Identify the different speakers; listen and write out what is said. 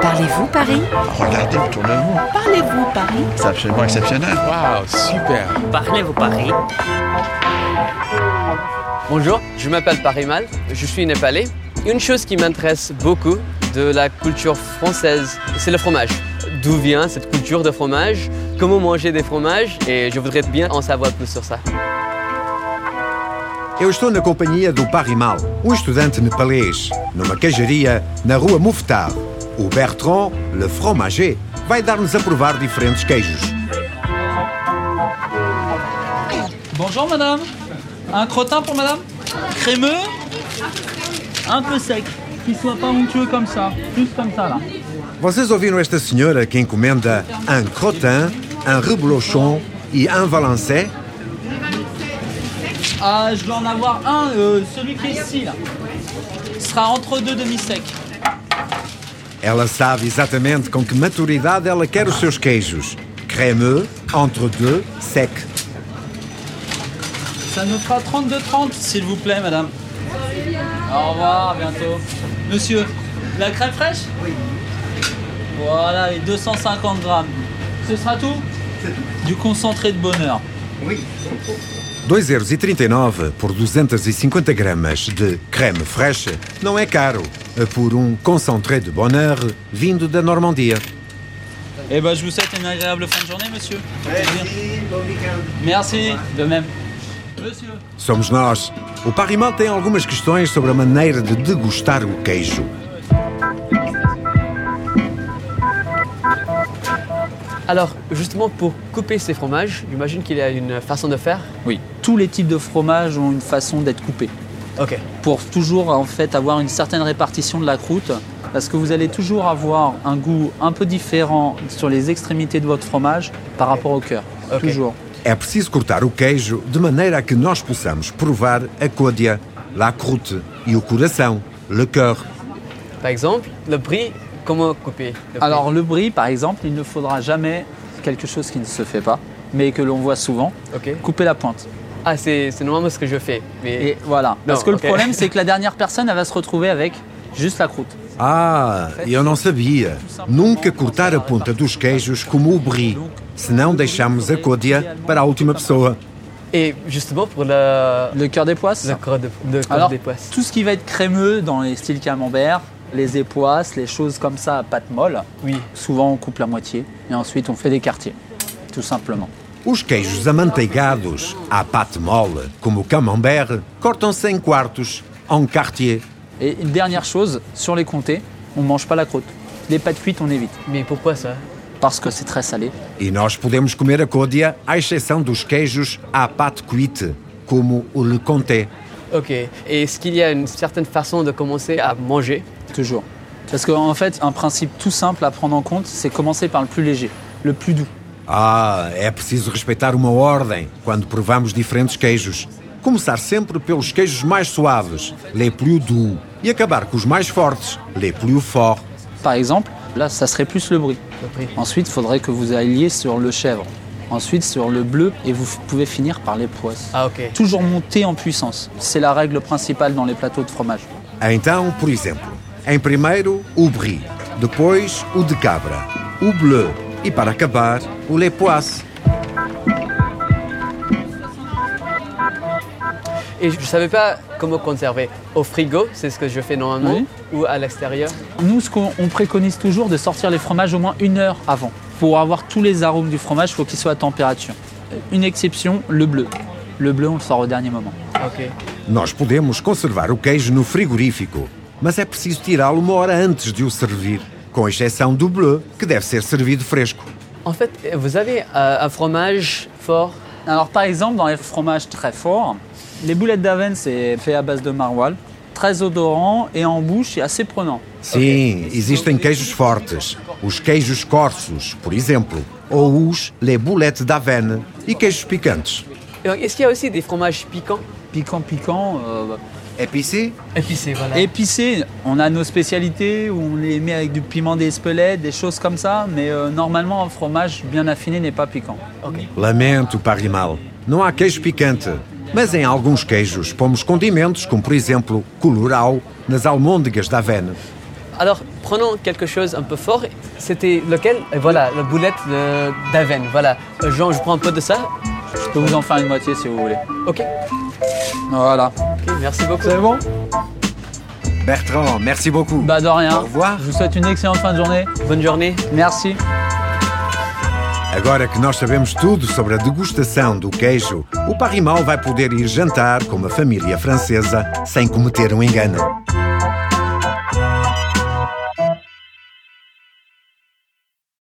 Speaker 1: Parlez-vous Paris
Speaker 2: Regardez autour de vous.
Speaker 1: Parlez-vous Paris
Speaker 2: C'est absolument exceptionnel.
Speaker 3: Waouh, super
Speaker 4: Parlez-vous Paris
Speaker 5: Bonjour, je m'appelle Parimal, je suis népalais. Une chose qui m'intéresse beaucoup de la culture française, c'est le fromage. D'où vient cette culture de fromage Comment manger des fromages Et je voudrais bien en savoir plus sur ça.
Speaker 6: Eu estou na companhia do Parimal, um estudante nepalês, numa cajaria na rua Mouffetard. O Bertrand, le fromager, vai dar-nos a provar diferentes queijos.
Speaker 7: Bonjour madame. Un crottin pour madame Crémeux Un peu sec. Qu'il soit pas onctueux comme ça. Plus comme ça là.
Speaker 6: Vocês ouviram esta senhora que encomenda un crottin, un reblochon e un valencé?
Speaker 7: Ah, je dois en avoir un, euh, celui qui est ici là. Ce sera entre deux demi-secs.
Speaker 6: Ela sabe exatamente com que maturidade ela quer os seus queijos. Cremeux, entre deux, sec.
Speaker 7: Ça nous fera 32,30 s'il vous plaît madame. Au revoir, à bientôt. Monsieur, la crème fraîche Oui. Voilà, les 250 grammes. Ce sera tout Du concentré de bonheur.
Speaker 6: 2,39€ por 250 gramas de creme fraîche não é caro por um concentré de bonheur vindo da Normandia.
Speaker 7: Eh ben, je vous souhaite une agréable fin de journée, monsieur. Merci, Merci, de même. Monsieur.
Speaker 6: Somos nós. O Parimal tem algumas questões sobre a maneira de degustar o queijo.
Speaker 5: Alors, justement, pour couper ces fromages, j'imagine qu'il y a une façon de faire.
Speaker 7: Oui. Tous les types de fromages ont une façon d'être coupés.
Speaker 5: Ok.
Speaker 7: Pour toujours en fait avoir une certaine répartition de la croûte, parce que vous allez toujours avoir un goût un peu différent sur les extrémités de votre fromage par rapport au cœur.
Speaker 5: Ok.
Speaker 7: Toujours.
Speaker 6: É preciso cortar o queijo de maneira a que nós possamos provar a côdea, la croûte e o coração, le cœur.
Speaker 5: Par exemple, le brie, comment couper le brie
Speaker 7: Alors le brie par exemple, il ne faudra jamais quelque chose qui ne se fait pas, mais que l'on voit souvent,
Speaker 5: Ok.
Speaker 7: couper la pointe.
Speaker 5: Ah, c'est c'est normalement ce que je fais. Mais
Speaker 7: Et voilà. Parce que le
Speaker 5: ok.
Speaker 7: problème c'est que la dernière personne elle va se retrouver avec juste la croûte.
Speaker 6: Ah, eu não sabia. Nunca cortar a ponta dos queijos como o brie, senão deixamos a côdea para a última pessoa.
Speaker 5: Et justement, pour le,
Speaker 7: Le cœur des poisses
Speaker 5: le corps de, le corps
Speaker 7: Alors,
Speaker 5: des poisses.
Speaker 7: tout ce qui va être crémeux dans les styles camembert, les époisses, les choses comme ça à pâte molle,
Speaker 5: Oui.
Speaker 7: souvent on coupe la moitié et ensuite on fait des quartiers, tout simplement.
Speaker 6: Os queijos amanteigados, à pâte mole, como o camembert, cortam-se em quartos, en quartier.
Speaker 7: Et une dernière chose, sur les comtés, on ne mange pas la croûte. Les pâtes cuites, on évite
Speaker 5: Mais pourquoi ça
Speaker 7: parce que c'est très salé.
Speaker 6: E nós podemos comer a côdea à exceção dos queijos à pâte cuite, como o le comté.
Speaker 5: Ok. Et est-ce qu'il y a une certaine façon de commencer à manger
Speaker 7: Toujours. Parce qu'en fait, un principe tout simple à prendre en compte, c'est commencer par le plus léger, le plus doux.
Speaker 6: Ah, é preciso respeitar uma ordem quando provamos diferentes queijos. Começar sempre pelos queijos mais suaves, les plus doux, e acabar com os mais fortes, les plus forts.
Speaker 7: Par exemple, là, ça serait plus le bruit.
Speaker 5: Le brie.
Speaker 7: Ensuite, il faudrait que vous alliez sur le chèvre. Ensuite, sur le bleu, et vous f- pouvez finir par les poisses.
Speaker 5: Ah, ok.
Speaker 7: Toujours monter en puissance. C'est la règle principale dans les plateaux de fromage.
Speaker 6: Então, por exemplo, em primeiro o brie, depois o de cabra, o bleu e para acabar o les poisses.
Speaker 5: Et je ne savais pas comment conserver. Au frigo, c'est ce que je fais normalement,
Speaker 7: Oui.
Speaker 5: ou à l'extérieur.
Speaker 7: Nous, ce qu'on on préconise toujours, de sortir les fromages au moins une heure avant. Pour avoir tous les arômes du fromage, il faut qu'ils soient à température. Une exception, le bleu. Le bleu, on le sort au dernier moment.
Speaker 5: Ok.
Speaker 6: Nós podemos conservar o queijo no frigorífico, mas é preciso tirá-lo uma hora antes de o servir, com exceção do bleu, que deve ser servido fresco.
Speaker 5: En fait, vous avez euh, un fromage fort.
Speaker 7: Alors, par exemple, dans les fromages très forts, les boulettes d'Aven, c'est fait à base de maroilles. Très odorant et en bouche, et assez prenant.
Speaker 6: Sim, existem queijos fortes, os queijos corsos, por exemplo, ou os les boulettes d'avene e queijos picantes.
Speaker 5: Et donc, Est-ce qu'il y a aussi des fromages piquants
Speaker 7: Piquant, piquant. euh, bah,
Speaker 6: Épicé?
Speaker 5: Épicés,
Speaker 6: Ah.
Speaker 5: voilà.
Speaker 7: Épicé, on a nos spécialités où on les met avec du piment d'Espelette, des choses comme ça, mais euh, normalement un fromage bien affiné n'est pas piquant.
Speaker 6: Lamento, Parimal, não há queijo picante. Mas em alguns queijos pomos condimentos, como por exemplo, colorau, nas almôndegas da Avena.
Speaker 5: Alors, prenons quelque chose un peu fort. C'était lequel Et Voilà, la boulette de- d'Aven. Voilà. Euh, Jean, je prends un peu de ça.
Speaker 7: Je peux vous en faire une moitié si vous voulez.
Speaker 5: Ok.
Speaker 7: Voilà.
Speaker 5: Ok, merci beaucoup.
Speaker 7: bon
Speaker 6: Bertrand, merci beaucoup.
Speaker 7: Bah de rien.
Speaker 6: Au revoir.
Speaker 7: Je vous souhaite une excellente fin de journée.
Speaker 5: Bonne journée.
Speaker 7: Merci.
Speaker 6: Agora que nós sabemos tudo sobre a degustação do queijo, o Parrimão vai poder ir jantar com uma família francesa sem cometer um engano.